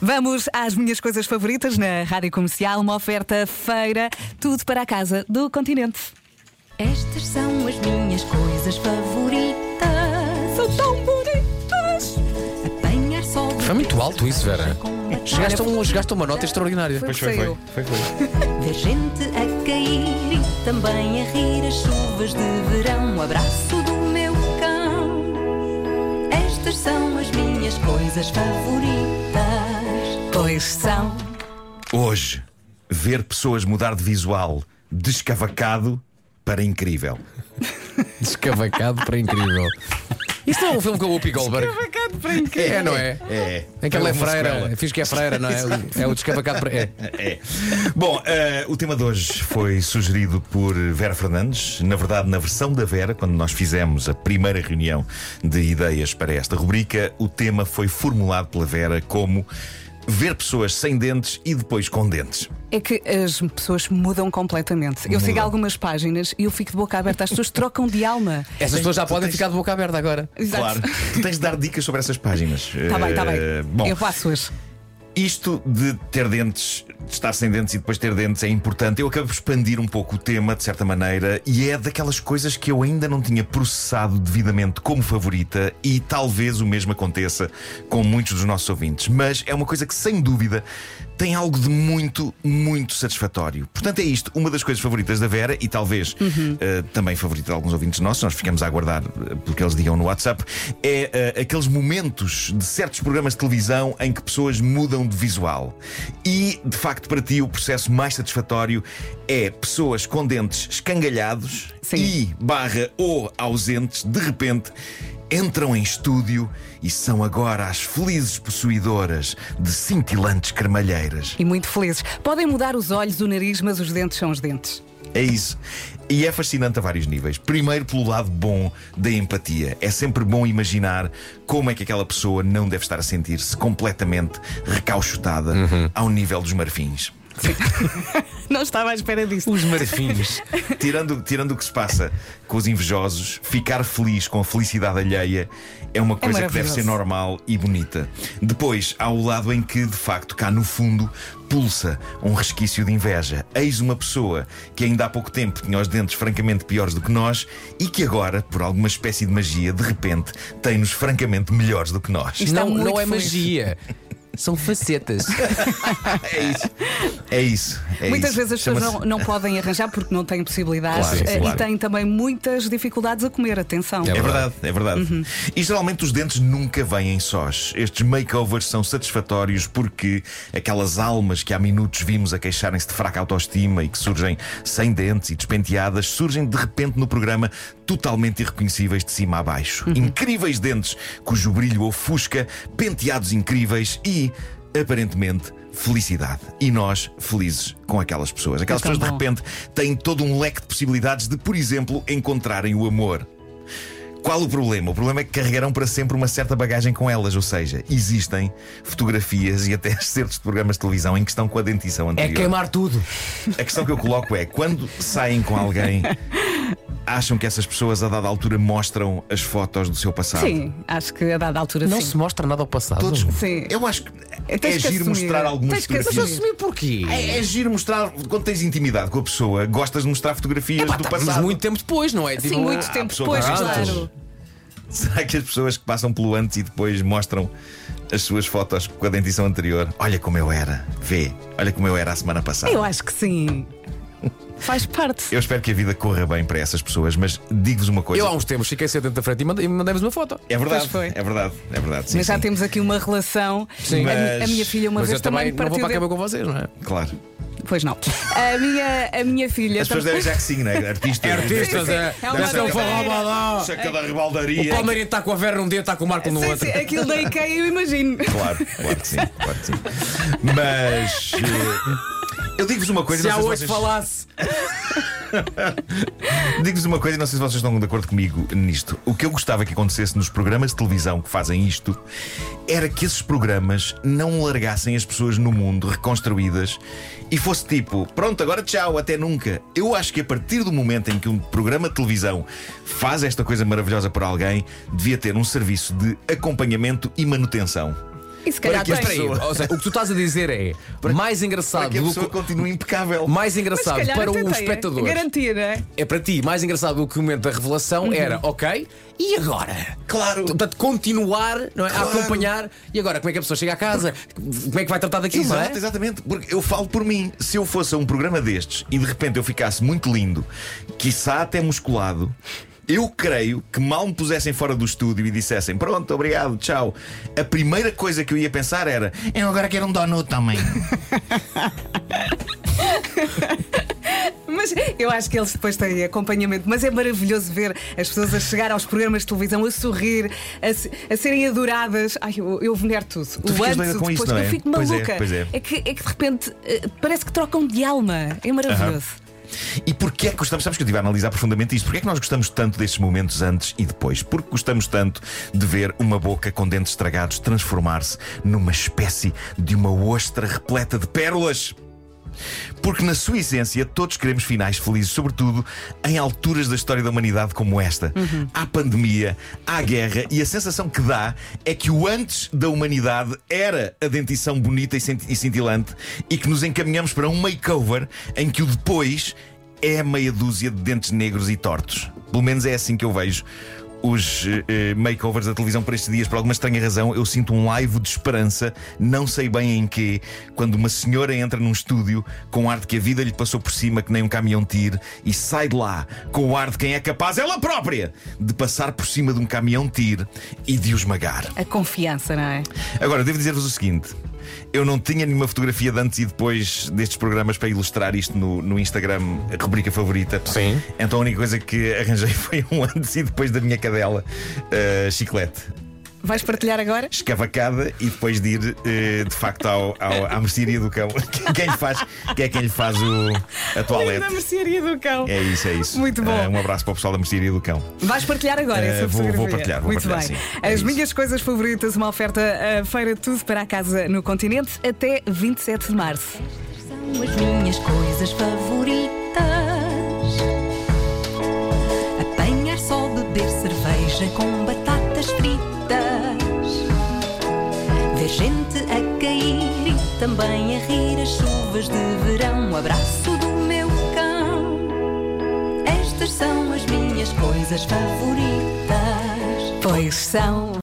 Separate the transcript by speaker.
Speaker 1: Vamos às minhas coisas favoritas na Rádio Comercial, uma oferta feira, tudo para a casa do continente.
Speaker 2: Estas são as minhas coisas favoritas.
Speaker 1: São tão bonitas!
Speaker 2: Apanhar sol.
Speaker 3: Foi muito alto isso, Vera.
Speaker 2: Combater-
Speaker 3: Chegaste a, um- chegaste a uma nota extraordinária.
Speaker 1: Foi.
Speaker 4: Pois foi,
Speaker 1: saiu.
Speaker 4: foi. foi, foi.
Speaker 2: Ver gente a cair e também a rir as chuvas de verão. O abraço do meu cão. Estas são as minhas coisas favoritas.
Speaker 1: Pois são.
Speaker 5: Hoje, ver pessoas mudar de visual descavacado para incrível.
Speaker 3: Descavacado para incrível. Isso não é um filme com o Whoopi Goldberg.
Speaker 1: Bacana para incrível.
Speaker 3: É, não é?
Speaker 5: É.
Speaker 3: Aquela é
Speaker 5: uma
Speaker 3: freira.
Speaker 5: sequela.
Speaker 3: Fiz que é freira, não é? É o descavacado para. É.
Speaker 5: É. Bom, eh, o tema de hoje foi sugerido por Vera Fernandes. Na verdade, na versão da Vera, quando nós fizemos a primeira reunião de ideias para esta rubrica, o tema foi formulado pela Vera como ver pessoas sem dentes e depois com dentes.
Speaker 1: É que as pessoas mudam completamente. Eu sigo algumas páginas e eu fico de boca aberta. As pessoas trocam de alma.
Speaker 3: Essas pessoas já podem
Speaker 5: tens-
Speaker 3: ficar de boca aberta agora.
Speaker 1: Exato.
Speaker 5: Claro, tu tens de dar dicas sobre essas páginas.
Speaker 3: Tá
Speaker 1: Está bem, está bem.
Speaker 5: Eh, bom,
Speaker 1: Eu faço as.
Speaker 5: Isto de ter dentes, de estar sem dentes e depois ter dentes é importante. Eu acabo de expandir um pouco o tema, de certa maneira, e é daquelas coisas que eu ainda não tinha processado devidamente como favorita, e talvez o mesmo aconteça com muitos dos nossos ouvintes. Mas é uma coisa que, sem dúvida, tem algo de muito, muito satisfatório. Portanto, é isto. Uma das coisas favoritas da Vera, e talvez eh, também favorita de alguns ouvintes nossos, nós ficamos a aguardar eh, pelo que eles digam no WhatsApp, é eh, aqueles momentos de certos programas de televisão em que pessoas mudam de visual. E, de facto, para ti, o processo mais satisfatório é pessoas com dentes escangalhados
Speaker 1: Sim.
Speaker 5: e barra ou ausentes, de repente. Entram em estúdio e são agora as felizes possuidoras de cintilantes cremalheiras.
Speaker 1: E muito felizes. Podem mudar os olhos, o nariz, mas os dentes são os dentes.
Speaker 5: É isso. E é fascinante a vários níveis. Primeiro, pelo lado bom da empatia. É sempre bom imaginar como é que aquela pessoa não deve estar a sentir-se completamente recauchutada ao nível dos marfins.
Speaker 1: Não estava à espera disso.
Speaker 3: Os marfins.
Speaker 5: Tirando, tirando o que se passa com os invejosos, ficar feliz com a felicidade alheia é uma coisa que deve
Speaker 1: maravilhoso.
Speaker 5: ser normal e bonita. Depois, há o lado em que, de facto, cá no fundo, pulsa um resquício de inveja. Eis uma pessoa que ainda há pouco tempo tinha os dentes francamente piores do que nós e que agora, por alguma espécie de magia, de repente, tem-nos francamente melhores do que nós.
Speaker 1: Está
Speaker 3: Não,
Speaker 1: muito
Speaker 3: não é
Speaker 1: feliz.
Speaker 3: magia. São facetas.
Speaker 5: É isso. É isso. É
Speaker 1: Muitas
Speaker 5: isso.
Speaker 1: vezes as pessoas
Speaker 5: Chama-se-
Speaker 1: não, não podem arranjar porque não têm possibilidades
Speaker 5: Claro, sim,
Speaker 1: eh, e
Speaker 5: claro.
Speaker 1: têm também muitas dificuldades a comer. Atenção.
Speaker 3: É
Speaker 5: É verdade, é verdade.
Speaker 1: Uhum.
Speaker 5: E geralmente os dentes nunca vêm sós. Estes makeovers são satisfatórios porque aquelas almas que há minutos vimos a queixarem-se de fraca autoestima e que surgem sem dentes e despenteadas, surgem de repente no programa totalmente irreconhecíveis de cima a
Speaker 1: Uhum.
Speaker 5: baixo. Incríveis dentes cujo brilho ofusca, penteados incríveis e, aparentemente, felicidade. E nós felizes com aquelas pessoas.
Speaker 1: É
Speaker 5: Aquelas
Speaker 1: tão
Speaker 5: pessoas de
Speaker 1: bom.
Speaker 5: repente têm todo um leque de possibilidades de, por exemplo, encontrarem o amor. Qual o problema? O problema é que carregarão para sempre uma certa bagagem com elas, ou seja, existem fotografias e até certos de programas de televisão em que estão com a dentição
Speaker 3: É
Speaker 5: anterior.
Speaker 3: queimar tudo.
Speaker 5: A questão que eu coloco é: quando saem com alguém, acham que essas pessoas a dada altura mostram as fotos do seu passado?
Speaker 1: Sim, acho que a dada altura
Speaker 3: Não
Speaker 1: sim.
Speaker 3: se mostra nada ao passado.
Speaker 5: Todos.
Speaker 1: Sim.
Speaker 5: Eu acho que
Speaker 1: Tens que
Speaker 5: é giro
Speaker 1: assumir.
Speaker 5: mostrar algumas
Speaker 1: Tens que
Speaker 3: Mas
Speaker 5: fotografias.
Speaker 1: assumir.
Speaker 3: assumir porquê?
Speaker 5: É, é giro mostrar quando tens intimidade com a pessoa, gostas de mostrar fotografias
Speaker 3: Pá,
Speaker 5: do
Speaker 1: tá,
Speaker 3: estávamos
Speaker 5: passado.
Speaker 3: muito tempo depois, não é?
Speaker 1: Sim, muito tempo
Speaker 5: pessoa
Speaker 1: depois,
Speaker 5: que
Speaker 3: dá
Speaker 1: claro.
Speaker 3: altos.
Speaker 5: Será que as pessoas que passam pelo antes e depois mostram as suas fotos com a dentição anterior? Olha como eu era, vê, olha como eu era a semana passada.
Speaker 1: Eu acho que sim. Faz parte.
Speaker 5: Eu espero que a vida corra bem para essas pessoas, mas digo-vos uma coisa.
Speaker 3: Eu há uns tempos fiquei sentado da frente e mandei- e mandei-vos uma foto.
Speaker 5: É verdade,
Speaker 1: Pois foi.
Speaker 5: é verdade, é verdade. Sim,
Speaker 1: Mas já
Speaker 5: sim.
Speaker 1: temos aqui uma relação.
Speaker 3: Sim.
Speaker 1: A, mi-
Speaker 5: Mas-
Speaker 1: a minha filha uma
Speaker 3: Mas
Speaker 1: vez
Speaker 3: eu também
Speaker 1: também
Speaker 3: não vou
Speaker 1: partiu.
Speaker 3: para a
Speaker 1: de-
Speaker 3: cama com vocês, não é?
Speaker 5: Claro.
Speaker 1: Pois não. A minha, a minha filha.
Speaker 5: As pessoas
Speaker 1: tam-
Speaker 5: devem já que sim, né? Artistas.
Speaker 1: Artistas,
Speaker 3: Artistas,
Speaker 1: sim. é.
Speaker 3: é.
Speaker 1: É uma
Speaker 3: Isso é um forró
Speaker 1: brincadeira.
Speaker 3: balão.
Speaker 5: Só cada
Speaker 1: é.
Speaker 5: rebaldaria.
Speaker 3: O Palmeirinho está com a Vera num dia, está com o Marco no
Speaker 1: Sim,
Speaker 3: um outro.
Speaker 1: sim, aquilo da IKEA, eu imagino.
Speaker 5: Claro, claro que sim, claro que sim. Mas. eh, Eu digo-vos uma coisa.
Speaker 3: Se
Speaker 5: não
Speaker 3: há
Speaker 5: sei
Speaker 3: hoje
Speaker 5: vocês-
Speaker 3: falasse.
Speaker 5: Digo-vos uma coisa, e não sei se vocês estão de acordo comigo nisto. O que eu gostava que acontecesse nos programas de televisão que fazem isto era que esses programas não largassem as pessoas no mundo reconstruídas e fosse tipo, pronto, agora tchau, até nunca. Eu acho que a partir do momento em que um programa de televisão faz esta coisa maravilhosa por alguém, devia ter um serviço de acompanhamento e manutenção.
Speaker 1: E se calhar
Speaker 5: Para que as
Speaker 1: tem.
Speaker 3: Espera aí,
Speaker 5: pessoa-
Speaker 3: é ou seja, o que tu estás a dizer é mais engraçado
Speaker 5: Para que a
Speaker 3: do
Speaker 5: pessoa
Speaker 3: que.
Speaker 5: continue impecável.
Speaker 3: Mais
Speaker 1: Mas se
Speaker 3: engraçado
Speaker 1: calhar
Speaker 3: para
Speaker 1: até
Speaker 3: o
Speaker 1: tem, é?
Speaker 3: espectador.
Speaker 1: Garantia, não é?
Speaker 3: É para ti, mais engraçado do que o momento da
Speaker 1: Uhum.
Speaker 3: revelação era, ok, e agora?
Speaker 5: Claro.
Speaker 3: Portanto, continuar não é?
Speaker 5: Claro.
Speaker 3: a acompanhar. E agora, como é que a pessoa chega à casa? Como é que vai tratar daquilo? não é?
Speaker 5: Exato, exatamente. Porque eu falo por mim. Se eu fosse a um programa destes e de repente eu ficasse muito lindo, quiçá até musculado. Eu creio que mal me pusessem fora do estúdio e dissessem pronto, obrigado, tchau. A primeira coisa que eu ia pensar era eu agora quero um donut também.
Speaker 1: Mas eu acho que eles depois têm acompanhamento. Mas é maravilhoso ver as pessoas a chegar aos programas de televisão, a sorrir, a, se- a serem adoradas. Ai, eu, eu venero tudo. o
Speaker 5: ficas
Speaker 1: antes,
Speaker 5: doida
Speaker 1: o
Speaker 5: com
Speaker 1: depois,
Speaker 5: isso, não é?
Speaker 1: eu fico
Speaker 5: Pois é,
Speaker 1: maluca.
Speaker 5: pois é.
Speaker 1: que, é que de repente eh, parece que trocam de alma. É maravilhoso.
Speaker 5: E porquê é que gostamos? Sabes que eu estive a analisar profundamente isto. Porquê é que nós gostamos tanto destes momentos antes e depois? Porque gostamos tanto de ver uma boca com dentes estragados transformar-se numa espécie de uma ostra repleta de pérolas. Porque, na sua essência, todos queremos finais felizes, sobretudo em alturas da história da humanidade como esta. Há pandemia, há guerra, e a sensação que dá é que o antes da humanidade era a dentição bonita e cinti- e cintilante e que nos encaminhamos para um makeover em que o depois é meia dúzia de dentes negros e tortos. Pelo menos é assim que eu vejo. Os eh, eh, makeovers da televisão por estes dias, por alguma estranha razão, eu sinto um laivo de esperança, não sei bem em quê, quando uma senhora entra num estúdio com o ar de que a vida lhe passou por cima, que nem um caminhão tire, e sai de lá com o ar de quem é capaz, ela própria, de passar por cima de um caminhão tire e de o esmagar.
Speaker 1: A confiança, não é?
Speaker 5: Agora, devo dizer-vos o seguinte: eu não tinha nenhuma fotografia de antes e depois destes programas para ilustrar isto no, no Instagram, a rubrica favorita.
Speaker 3: Sim.
Speaker 5: Então a única coisa que arranjei foi um antes e depois da minha cadela, eh, chiclete,
Speaker 1: Vais partilhar agora?
Speaker 5: escavacada e depois de ir eh, de facto ao, ao- à mercearia do cão. Quem lhe faz, que é quem lhe faz o, a
Speaker 1: Da
Speaker 5: toalete.
Speaker 1: mercearia do cão.
Speaker 5: É isso, é isso.
Speaker 1: Muito bom.
Speaker 5: Eh, um abraço para o pessoal da mercearia do cão.
Speaker 1: Vais partilhar agora
Speaker 5: Eh,
Speaker 1: essa
Speaker 5: vou-
Speaker 1: fotografia.
Speaker 5: vou partilhar, vou
Speaker 1: Muito
Speaker 5: partilhar,
Speaker 1: bem.
Speaker 5: sim. É
Speaker 1: As
Speaker 5: isso.
Speaker 1: minhas coisas favoritas, uma oferta a feira tudo para a casa no continente até 27 de março.
Speaker 2: São as minhas coisas favoritas: apanhar só, beber cerveja com batatas fritas, ver gente a cair e também a rir as chuvas de verão. O abraço do meu cão. Estas são as minhas coisas favoritas.
Speaker 1: Pois são.